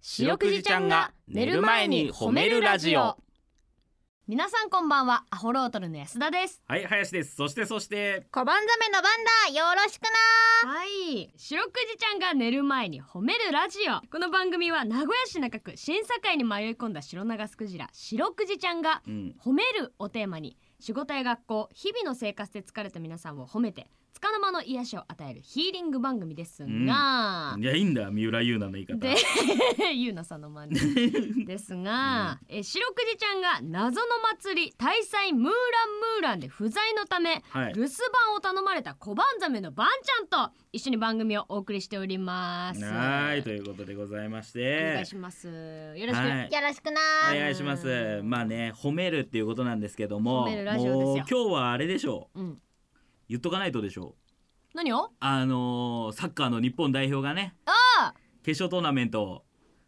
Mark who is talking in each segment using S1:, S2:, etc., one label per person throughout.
S1: 白くじちゃんが寝る前に褒めるラジオ
S2: 皆さんこんばんはアホロートルの安田です
S1: はい林ですそしてそして
S3: 小判ザメの番だよろしくな
S2: はい白くじちゃんが寝る前に褒めるラジオこの番組は名古屋市中区審査会に迷い込んだ白長スクジラ白くじちゃんが
S1: うん
S2: 褒めるをテーマに仕事や学校日々の生活で疲れた皆さんを褒めて束の間の癒しを与えるヒーリング番組ですが、
S1: いやいいんだ三浦優奈の言
S2: で
S1: い方
S2: ゆうなさんの真似ですが、え白くじちゃんが謎の祭り大祭ムーランムーランで不在のため、
S1: はい
S2: 留守番を頼まれた小判ザメのバンちゃんと一緒に番組をお送りしております。
S1: はいということでございまし
S2: お願
S1: て
S2: いします。よろしく。
S1: はい
S3: よろしくな
S1: お願いしますまあね褒めるっていうことなんですけども
S2: 褒めるラジオですよ
S1: もう今日はあれでしょう
S2: うん、
S1: 言っとかないとでしょう
S2: 何を？
S1: あのーサッカーの日本代表がね
S2: ああ、
S1: 決勝トーナメント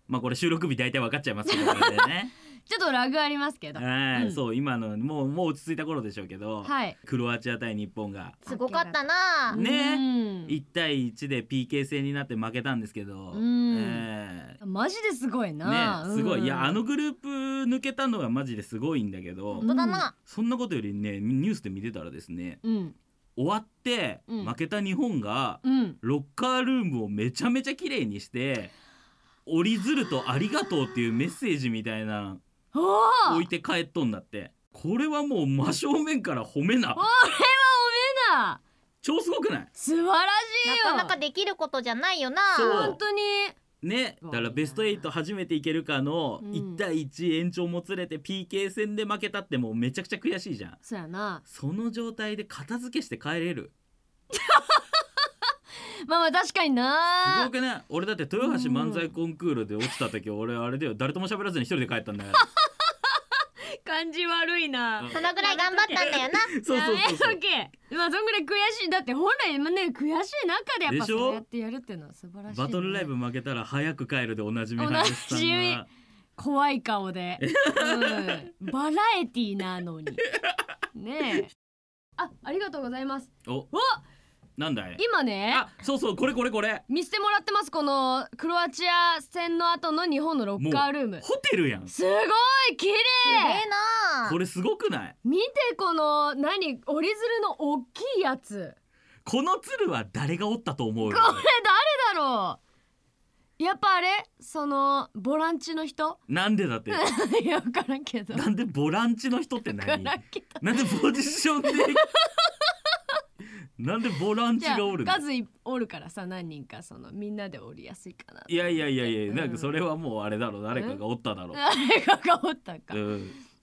S1: まあこれ収録日大体分かっちゃいますけどこれで ね
S2: ちょっとラグありますけど。
S1: はい、
S2: うん
S1: そう今のもうもう落ち着いた頃でしょうけど、
S2: はい。
S1: クロアチア対日本が
S3: すごかったな
S1: ね
S2: うん
S1: 1対1で PK 戦になって負けたんですけど、
S2: うん
S1: え
S2: マジですごい
S1: え
S2: な。
S1: ねすごい、
S2: うん
S1: いやあのグループ抜けたのがマジですごいんだけど、
S3: 本当だな
S1: そんなことよりねニュースで見てたらですね
S2: うん
S1: 終わって
S2: うん
S1: 負けた日本が
S2: うん。
S1: ロッカールームをめちゃめちゃ綺麗にして折り鶴と「ありがとう」っていうメッセージみたいな
S2: おお。
S1: 置いて帰っとんだってこれはもう真正面から褒めな
S2: おえな
S1: 超すごくない
S2: 素晴らしいよ。
S3: なかなかできることじゃないよな
S1: そう
S2: 本当に
S1: ねだからベスト8初めていけるかの
S2: うん
S1: 1対1延長もつれて PK 戦で負けたってもうめちゃくちゃ悔しいじゃん
S2: そうやな
S1: その状態で片付けして帰れる
S2: まあまあ確かに
S1: す
S2: な
S1: ごくね俺だって豊橋漫才コンクールで落ちた時俺あれだよ誰とも喋らずに一人で帰ったん だよ
S2: 感じ悪いな、
S1: うん
S3: そのぐらい頑張った んだよな
S1: そうそうそうそ
S2: やめ
S1: う
S2: とけまあそんぐらい悔しいだって本来ね悔しい中でやっぱ
S1: でしょ
S2: そうやってやるっていうのは素晴らしいね、
S1: バトルライブ負けたら早く帰るでおなじみ
S2: おなじみ
S1: 林さんが
S2: 怖い顔で、うん、バラエティーなのにねえあありがとうございます
S1: お
S2: お
S1: なんだい
S2: 今ね
S1: あそうそうこれこれこれ
S2: 見せてもらってますこのクロアチア戦の後の日本のロッカールーム
S1: ホテルやん
S2: すごい綺麗
S3: すげえな
S1: これすごくない
S2: 見てこの何折り鶴の大きいやつ
S1: この鶴は誰がおったと思う
S2: これ誰だろうやっぱあれそのボランチの人
S1: なんでだって
S2: いや分からんけど分
S1: なんでボランチの人って
S2: から
S1: 何
S2: ん
S1: な
S2: けど
S1: んでポジシ ョンでなんでボランチ
S2: じゃあ
S1: がおるの
S2: 数いおるからさ何人かそのみんなで折りやすいかない
S1: やいやいやいや
S2: うん
S1: なんかそれはもうあれだろ誰かがおっただろ
S2: 誰かがおったか、
S1: う、ん、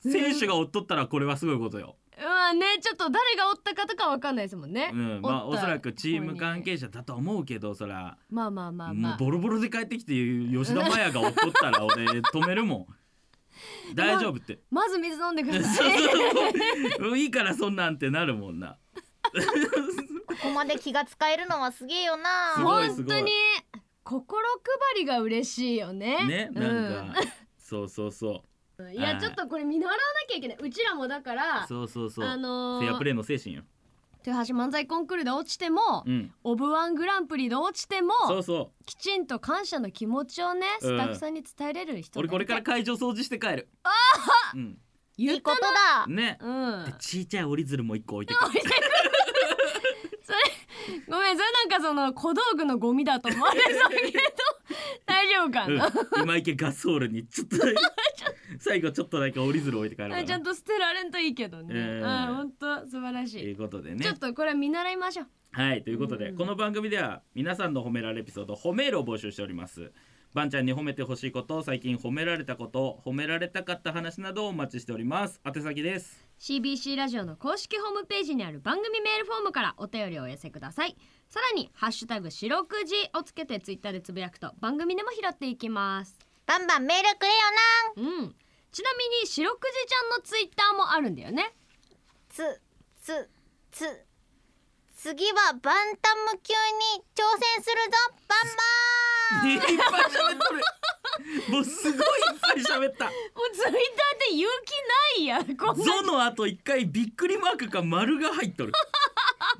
S2: うん
S1: 選手がおっとったらこれはすごいことよ、
S2: まあねちょっと誰がおったかとかわかんないですもんね、
S1: うん、まあ
S2: お
S1: お
S2: った
S1: そらくチーム関
S2: 方に
S1: 係者だと思うけどそら
S2: まあまあまあ
S1: も
S2: ま
S1: う
S2: あ
S1: ボロボロで帰ってきて吉田麻也がおっとったら俺止めるも ん大丈夫って
S2: まず水飲んでく
S1: そう
S2: だ
S1: そ
S2: さ い
S1: うそういいからそんなんってなるもんな
S3: ここまで気が使えるのはすげえよ
S1: すご
S3: ない
S2: 本当に心配りが嬉しいよね
S1: ね
S2: う
S1: なんか、そうそうそう
S2: いや
S1: はい
S2: ちょっとこれ見習わなきゃいけないうちらもだから
S1: そうそうそう、
S2: あのー
S1: フェアプレーの精神よ、
S2: 豊橋漫才コンクールで落ちても、
S1: うん、
S2: オブワングランプリで落ちても
S1: そうそ
S2: きちんと感謝の気持ちをね
S1: うん
S2: スタッフさんに伝えれる
S1: う
S2: 人
S1: 俺
S2: に
S1: こ
S2: な
S1: れ
S2: り
S1: か
S2: たい
S1: ら会場掃除して帰るうん
S3: い
S2: 言
S3: い
S2: った
S3: ことだ
S1: ね、
S2: うん
S1: でちいちゃい折り鶴も一個置いてくる
S2: ごめんそれなんかその小道具のゴミだと思われそうけど大丈夫かな、
S1: うん、今池ガソールにち ょっと最後ちょっとだけ折り鶴置いて帰るから
S2: ちゃんと捨てられんといいけどね、
S1: ええ
S2: うん本当素晴らし
S1: と
S2: い、
S1: いうことで
S2: ちょ
S1: ね
S2: っとこれは見習いましょう
S1: はいということで、
S2: うん
S1: この番組では皆さんの褒められエピソード褒めるを募集しておりますばんちゃんに褒めてほしいこと最近褒められたこと褒められたかった話などをお待ちしております宛先です
S2: CBC ラジオの公式ホームページにある番組メールフォームからお便りをお寄せくださいさらに「ハッシュタグ四六時」をつけてツイッターでつぶやくと番組でも拾っていきます
S3: バンバンメールくれよな
S2: うんちなみに四六時ちゃんのツイッターもあるんだよね
S3: つつつ次はバンタム級に挑戦するぞバンバン
S1: いっぱい喋っとるもうすごいいっぱい喋った
S2: もうツイッターって勇気ないや んこんな
S1: ゾの後一回びっくりマークか丸が入っと る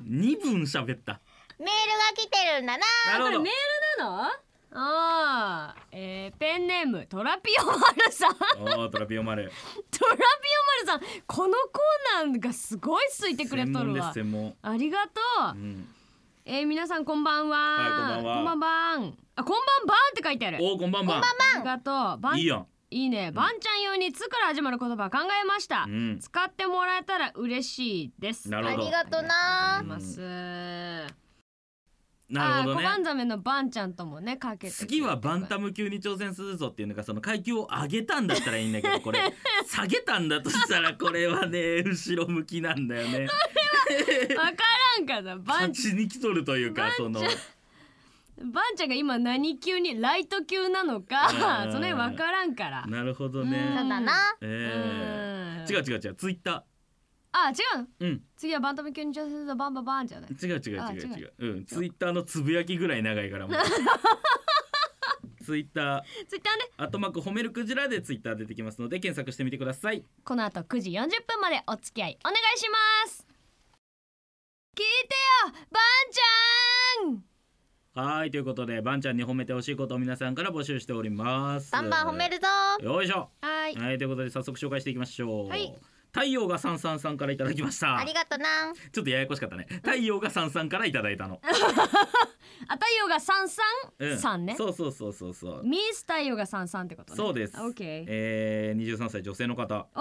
S1: 二分喋った
S3: メールが来てるんだな
S1: なる
S2: こ
S1: ほ
S2: れ
S1: ど
S2: メールなのあー、えー、ペンネームトラピオマルさん トラ
S1: おートラピオマル
S2: ピオマルさんこのコーナーがすごいすいてくれ
S1: 専
S2: と
S1: 門
S2: る
S1: で
S2: わ
S1: す専門
S2: ありがとう、
S1: うん
S2: えー、皆さんこんばんは、
S1: はいこんばんは
S2: こんばんばんあこんばんばんって書いてある
S1: おーこんばんば
S2: ありがとうばん
S1: んいいやん
S2: いいね、ばんちゃん用に「つ」から始まる言葉を考えました、
S1: うん
S2: 使ってもらえたら嬉しいです
S1: なる
S3: あ
S1: ほど
S3: りがと
S2: あ
S3: な
S2: りがとうございます、
S1: なるほど
S2: あー小判
S1: ね
S2: ザメのバンちゃんともねかけて
S1: 次はバンタム級に挑戦するぞっていうのがその階級を上げたんだったらいいんだけど これ下げたんだとしたらこれはね後ろ向きなんだよね
S2: 分からんかなバン
S1: 勝ちに来とるというかその
S2: バンちゃんが今何級にライト級なの
S1: う
S2: か
S1: ん
S2: その辺分からんから、
S1: なるほど
S2: う
S3: そ
S1: ね
S3: うだな
S2: うん
S1: ええ違う違う違うツイッタ
S2: あ違うの
S1: ーうん
S2: 次はバンタム級に挑戦するぞバンバンバンじゃない
S1: 違う違う
S2: あ
S1: 違う
S2: 違
S1: 違ううんツイッターのつぶやきぐらい長いからもうツイッター
S2: ツイッターね
S1: あとまく褒めるクジラでツイッター出てきますので検索してみてください
S2: この後9時40分までお付き合いお願いします聞いてよバンちゃん
S1: はいということでバンちゃんに褒めてほしいことを皆さんから募集しております
S3: バンバン褒めるぞ
S1: よいしょ
S2: はい
S1: はいということで早速紹介していきましょう、
S2: はい
S1: 太陽がさんさんさんからいただきました
S3: ありがとな
S1: ちょっとややこしかったね太陽がさんさんからいただいたの、
S2: あ太陽が三三
S1: うん
S2: 三ね
S1: そうそうそうそうそう
S2: ミス太陽が三三ってことね
S1: そうです
S2: あオッケー
S1: えー、23歳女性の方
S2: お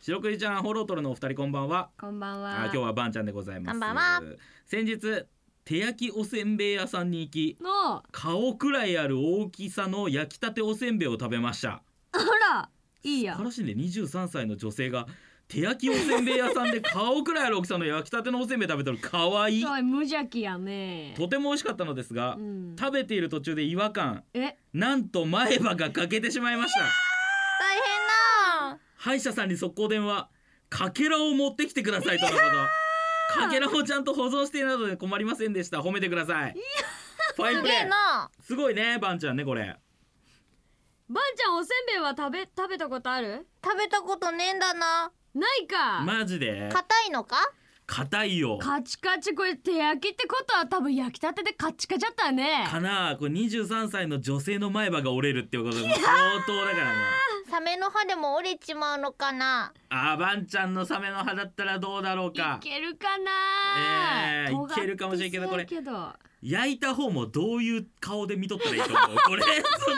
S1: 白くじちゃんホロトルのお二人こんばんは
S2: こんばんは
S1: あー今日はバンちゃんでございます
S3: こんばんは
S1: 先日手焼きおせんべい屋さんに行き
S2: の
S1: 顔くらいある大きさの焼きたておせんべいを食べました
S2: あらいいや
S1: 素晴らしいね23歳の女性が手焼きおせんべい屋さんで顔くらいある大きさの焼きたてのおせんべい食べてるかわいい
S2: おい無邪気やね
S1: とても美味しかったのですが、
S2: うん
S1: 食べている途中で違和感
S2: え
S1: なんと前歯が欠けてしまいました
S3: 大変な
S1: 歯医者さんに速攻電話かけらを持ってきてくださいとのことかけらをちゃんと保存してなどで困りませんでした褒めてくださいファイン
S3: す
S1: プ
S3: げ
S1: レ
S3: え
S1: ー
S3: な
S1: すごいねバンちゃんねこれ
S2: ばんちゃんおせんべいは食べ食べたことある
S3: 食べたことねえんだな
S2: ないか、
S1: マジで
S3: 硬いのか
S1: 硬いよ
S2: カチカチこれ手焼きってことは多分焼きたてでカチカチだったね
S1: かなあこれ23歳の女性の前歯が折れるっていうことでも相当だからね
S3: サメの歯でも折れちまうのかな
S1: あーバンちゃんのサメの歯だったらどうだろう
S2: い
S1: か
S2: けるかな、
S1: ええいけるかもしれんけどこれ
S2: 尖ってそうやけ
S1: 焼いた方もどういう顔で見とったらいいと思うこれ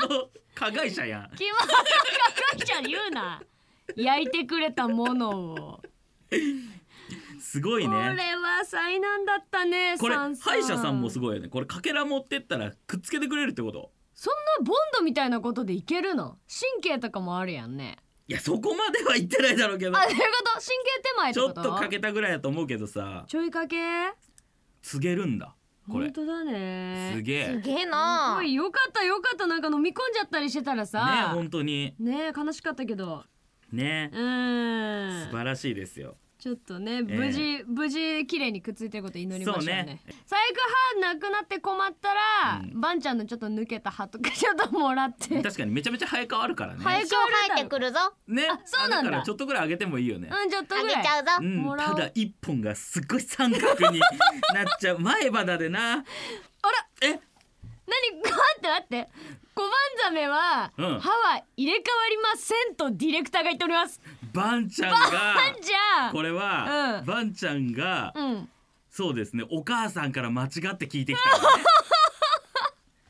S1: その加害者やん
S2: ど気まずいちゃん言うな焼いてくれたものを
S1: すごい
S2: こ
S1: ね
S2: れは災難だったね
S1: これ
S2: さん
S1: 歯医者さんもす
S2: ごい
S1: ごいよねこれかけら持ってったらくっつけてくれるってこと
S2: そんなボンドみたいなことでいけるの神経とかもあるやんね
S1: いやそこまでは言ってないだろうけど
S2: あどう いうこと神経手前って
S1: ちょ
S2: こ
S1: っ
S2: と
S1: とかけたぐらいだと思うけどさ
S2: ちょいかけ
S1: 告げるんだこれ
S2: 本当だ
S1: す
S2: ね
S1: げえ
S3: す
S1: ね
S3: げえ
S2: す
S3: な
S2: ごいよかったよかったなんか飲み込んじゃったりしてたらさ
S1: 本当に
S2: ねえ悲しかったけど
S1: ね
S2: うー
S1: 素
S2: ん
S1: 晴らしいですよ
S2: ちょっとね無事、無事綺麗にくっついてること祈りましょうね
S1: そうね
S2: 最悪歯なくなって困ったら、ばんちゃんのちょっと抜けた歯とかちょっともらって
S1: 確かにめちゃめちゃ生え変わるからね
S2: 生え
S3: 一生生えてくるぞ
S1: ね
S2: あそうなんだ
S1: あからちょっとぐらい上げてもいいよね
S2: うんちょっと
S3: あ
S2: ぐ
S3: げ
S2: らい
S3: ちゃうぞ
S1: う
S2: も
S1: ん
S2: らお
S1: た
S2: う
S1: だ一本がすごい三角になっちゃう 前歯だで
S2: あ
S1: な
S2: ら
S1: え
S2: 何待って待って小判ザメは、
S1: うん
S2: 歯は入れ替わりませんとディレクターが言っております
S1: バンちゃん
S2: ばん
S1: が
S2: ちゃん
S1: これは、
S2: うん
S1: バンちゃんが、
S2: うん
S1: そうですねお母さんから間違って聞いてきたのね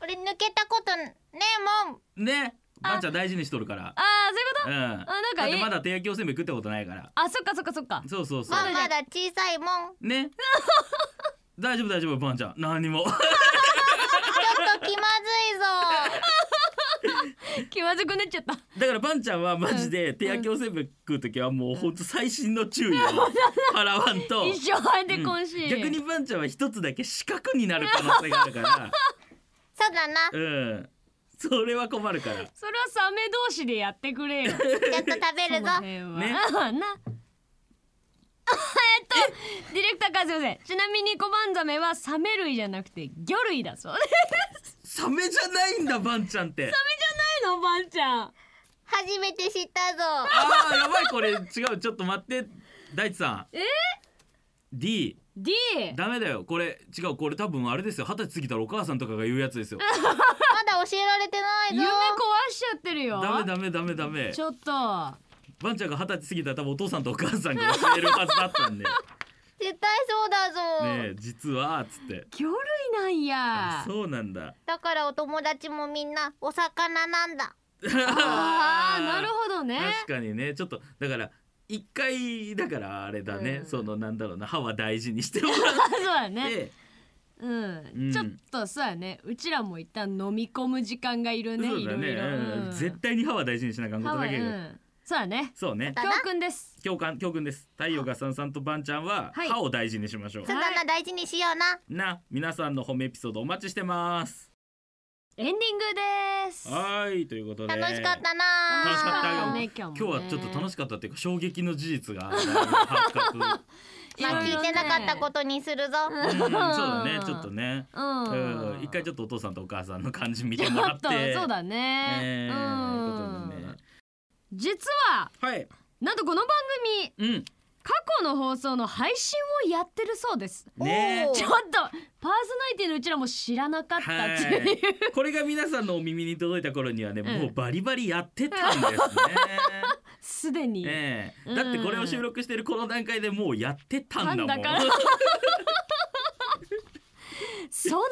S3: 俺抜けたことねえもん
S1: ねバンちゃん大事にしとるから
S2: あーそういうことなん
S1: うんなん
S2: か
S1: だっ
S2: え
S1: てまだ手焼きおせんべい食ったことないから
S2: あそっかそっかそっか
S1: そうそうそう
S3: まあまだ小さいもん
S1: ね大丈夫大丈夫バンちゃん何も
S3: ちょっと気まずいぞ
S2: 気まずくなっちゃった
S1: だからバンちゃんはマジで手焼きおせんべい食う時はもうほんと細心の注意を払わんと
S2: 一生生えてこんし、
S1: うん逆にバンちゃんは一つだけ四角になる可能性があるから
S3: そうだなち
S1: うんそれは困るから
S2: それはサメ同士でやってく れよそ
S3: ょっと食べる
S2: の辺
S3: ぞ
S2: は、
S1: ね
S2: な えっとディレクターからすいませんちなみにコバンザメはサメ類じゃなくて魚類だそう です
S1: サメじゃないんだバンちゃんって
S2: ないのばんちゃん
S3: 初めて知ったぞ
S1: あーやばいこれ違うちょっと待って大地さん
S2: え
S1: D
S2: D
S1: ダメだよこれ違うこれ多分あれですよ二十歳過ぎたらお母さんとかが言うやつですよ
S3: まだ教えられてないぞ
S2: 夢壊しちゃってるよ
S1: ダメダメダメダメ
S2: ちょっと
S1: バンちゃんが二十歳過ぎたら多分お父さんとお母さんが教えるはずだった んでね
S3: 絶対そうだぞ、
S1: え実はっつって
S2: 魚類なんや
S1: あそうなんだ
S3: だからお友達もみんなお魚なんだ
S2: あーなるほどね
S1: 確かにねちょっとだから一回だからあれだね、
S2: うん
S1: そのなんだろうな歯は大事にしてもら
S2: あ そうだ
S1: っ
S2: ね
S1: て、
S2: うん、
S1: うん
S2: ちょっとそうだねうちらも一旦飲み込む時間がいるね
S1: そう
S2: いろ
S1: だ
S2: い
S1: ね
S2: ろ、
S1: うん絶対に歯は大事にしなあかんこと
S2: ハワ
S1: だ
S2: イ
S1: けが、
S2: うんそうだね
S1: そうね
S3: だ
S2: 教
S3: な
S2: 訓です
S1: 教官教訓です太陽がさんさんとバンちゃんは
S2: はい
S1: 歯を大事にしましょう、
S3: そうだな、
S2: は
S3: 大事にしような
S1: な皆さんの褒めエピソードお待ちしてます
S2: エンディングです
S1: はーいということで
S3: 楽しかったな
S1: 楽しかったよ
S2: ね今
S1: 今日はちょっと楽
S2: し
S1: しかったっていうか衝撃の事実が 発覚
S3: まあ
S1: い
S3: 聞
S1: ろいろ
S3: い
S1: ね
S3: てなかったことにするぞ
S1: うんそうだねちょっとね
S2: とうん、
S1: うん一回ちょっとお父さんとお母さんの感じ見て
S2: ち
S1: も
S2: ょ
S1: ら
S2: っ
S1: って
S2: と そうだね、
S1: え
S2: うん
S1: ーということでね
S2: 実は
S1: はい
S2: なんとこの番組
S1: うん
S2: 過去の放送の配信をやってるそうです
S1: ね
S3: おー
S2: ちょっとパーソナリティのうちらも知らなかったっていう、
S1: はいこれが皆さんのお耳に届いた頃にはね、
S2: うん
S1: もうバリバリやってたんですね、
S2: すでに、
S1: ええ
S2: うん
S1: だってこれを収録してるこの段階でもうやってたんだも
S2: なん
S1: ん
S2: だからそうなんや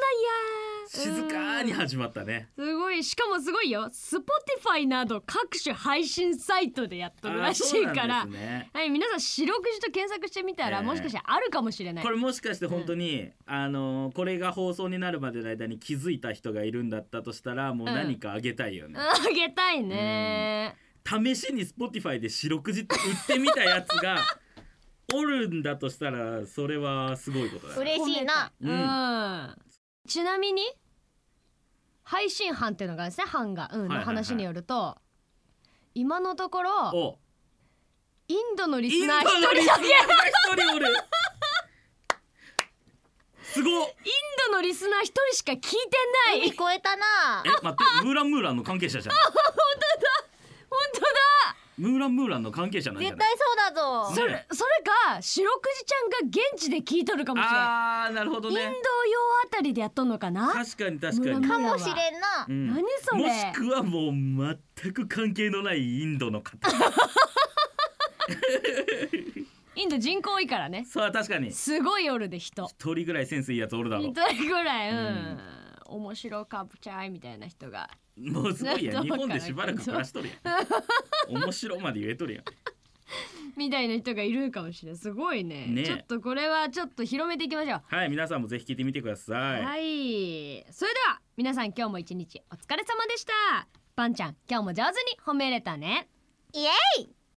S2: ー
S1: 静かに
S2: うん
S1: 始まったね
S2: すごいしかもすごいよ Spotify など各種配信サイトでやっとるらしいから、
S1: あーそうなんですね
S2: はい皆さん四六時と検索してみたら、
S1: ええ
S2: もしかしたらあるかもしれない
S1: これもしかして本当に、あのーこれが放送になるまでの間に気づいた人がいるんだったとしたらもう何かあげたいよね、
S2: あげたいね
S1: 試しに Spotify で四六時って売ってみたやつ がおるんだとしたらそれはすごいことだね
S3: 嬉しいな
S2: うん、ちなみに配信班っていうのがあるんですね班が、うん
S1: はいはいは
S2: の
S1: い
S2: 話によると今のところ
S1: お
S2: インドのリ
S1: イ
S2: ス
S1: ン
S2: ナー
S1: ド
S2: 一人
S1: の
S2: イ
S1: リ
S2: ン
S1: スナーが一人おるすごっ
S2: ドのリスナー一人しか聞いてない
S3: 聞こえたな
S1: え待ってムーランムーランの関係者じゃん
S2: 本当
S1: ムーランムーランの関係者なんじゃ
S3: 絶
S1: ない
S3: 対そうだ
S2: だ
S3: ぞ
S2: それそれか白くじちゃんが現地で聞いとるかもしれない
S1: あーなるほど
S2: インド
S1: ね
S2: 洋あたりでやっとんのかな
S1: 確かに確かに
S2: ムーランムーラ
S3: か
S2: ン
S3: もしれんな
S1: うん
S2: 何それ
S1: もしくはもう全く関係のないインド の方
S2: インド人口多いからね
S1: そう確かに一
S2: すごい夜で人
S1: 人ぐらいセンスいいやつおるだろ
S2: 一
S1: う
S2: 人ぐらいうん、
S1: うん
S2: 面白かぶちゃいみたいな人が
S1: もうすごいやん
S2: どう
S1: 日
S2: か な
S1: 本でしばらく暮らしとる やん面白まで言えとるやん
S2: みたいな人がいるかもしれないすごいね
S1: ね
S2: ちょっとこれはちょっと広めていきましょう
S1: はい皆さんもぜひ聞いてみてくださ、
S2: はいそれでは皆さん今日も一日お疲れ様でしたばんちゃん今日も上手に褒めれたね
S3: イエイ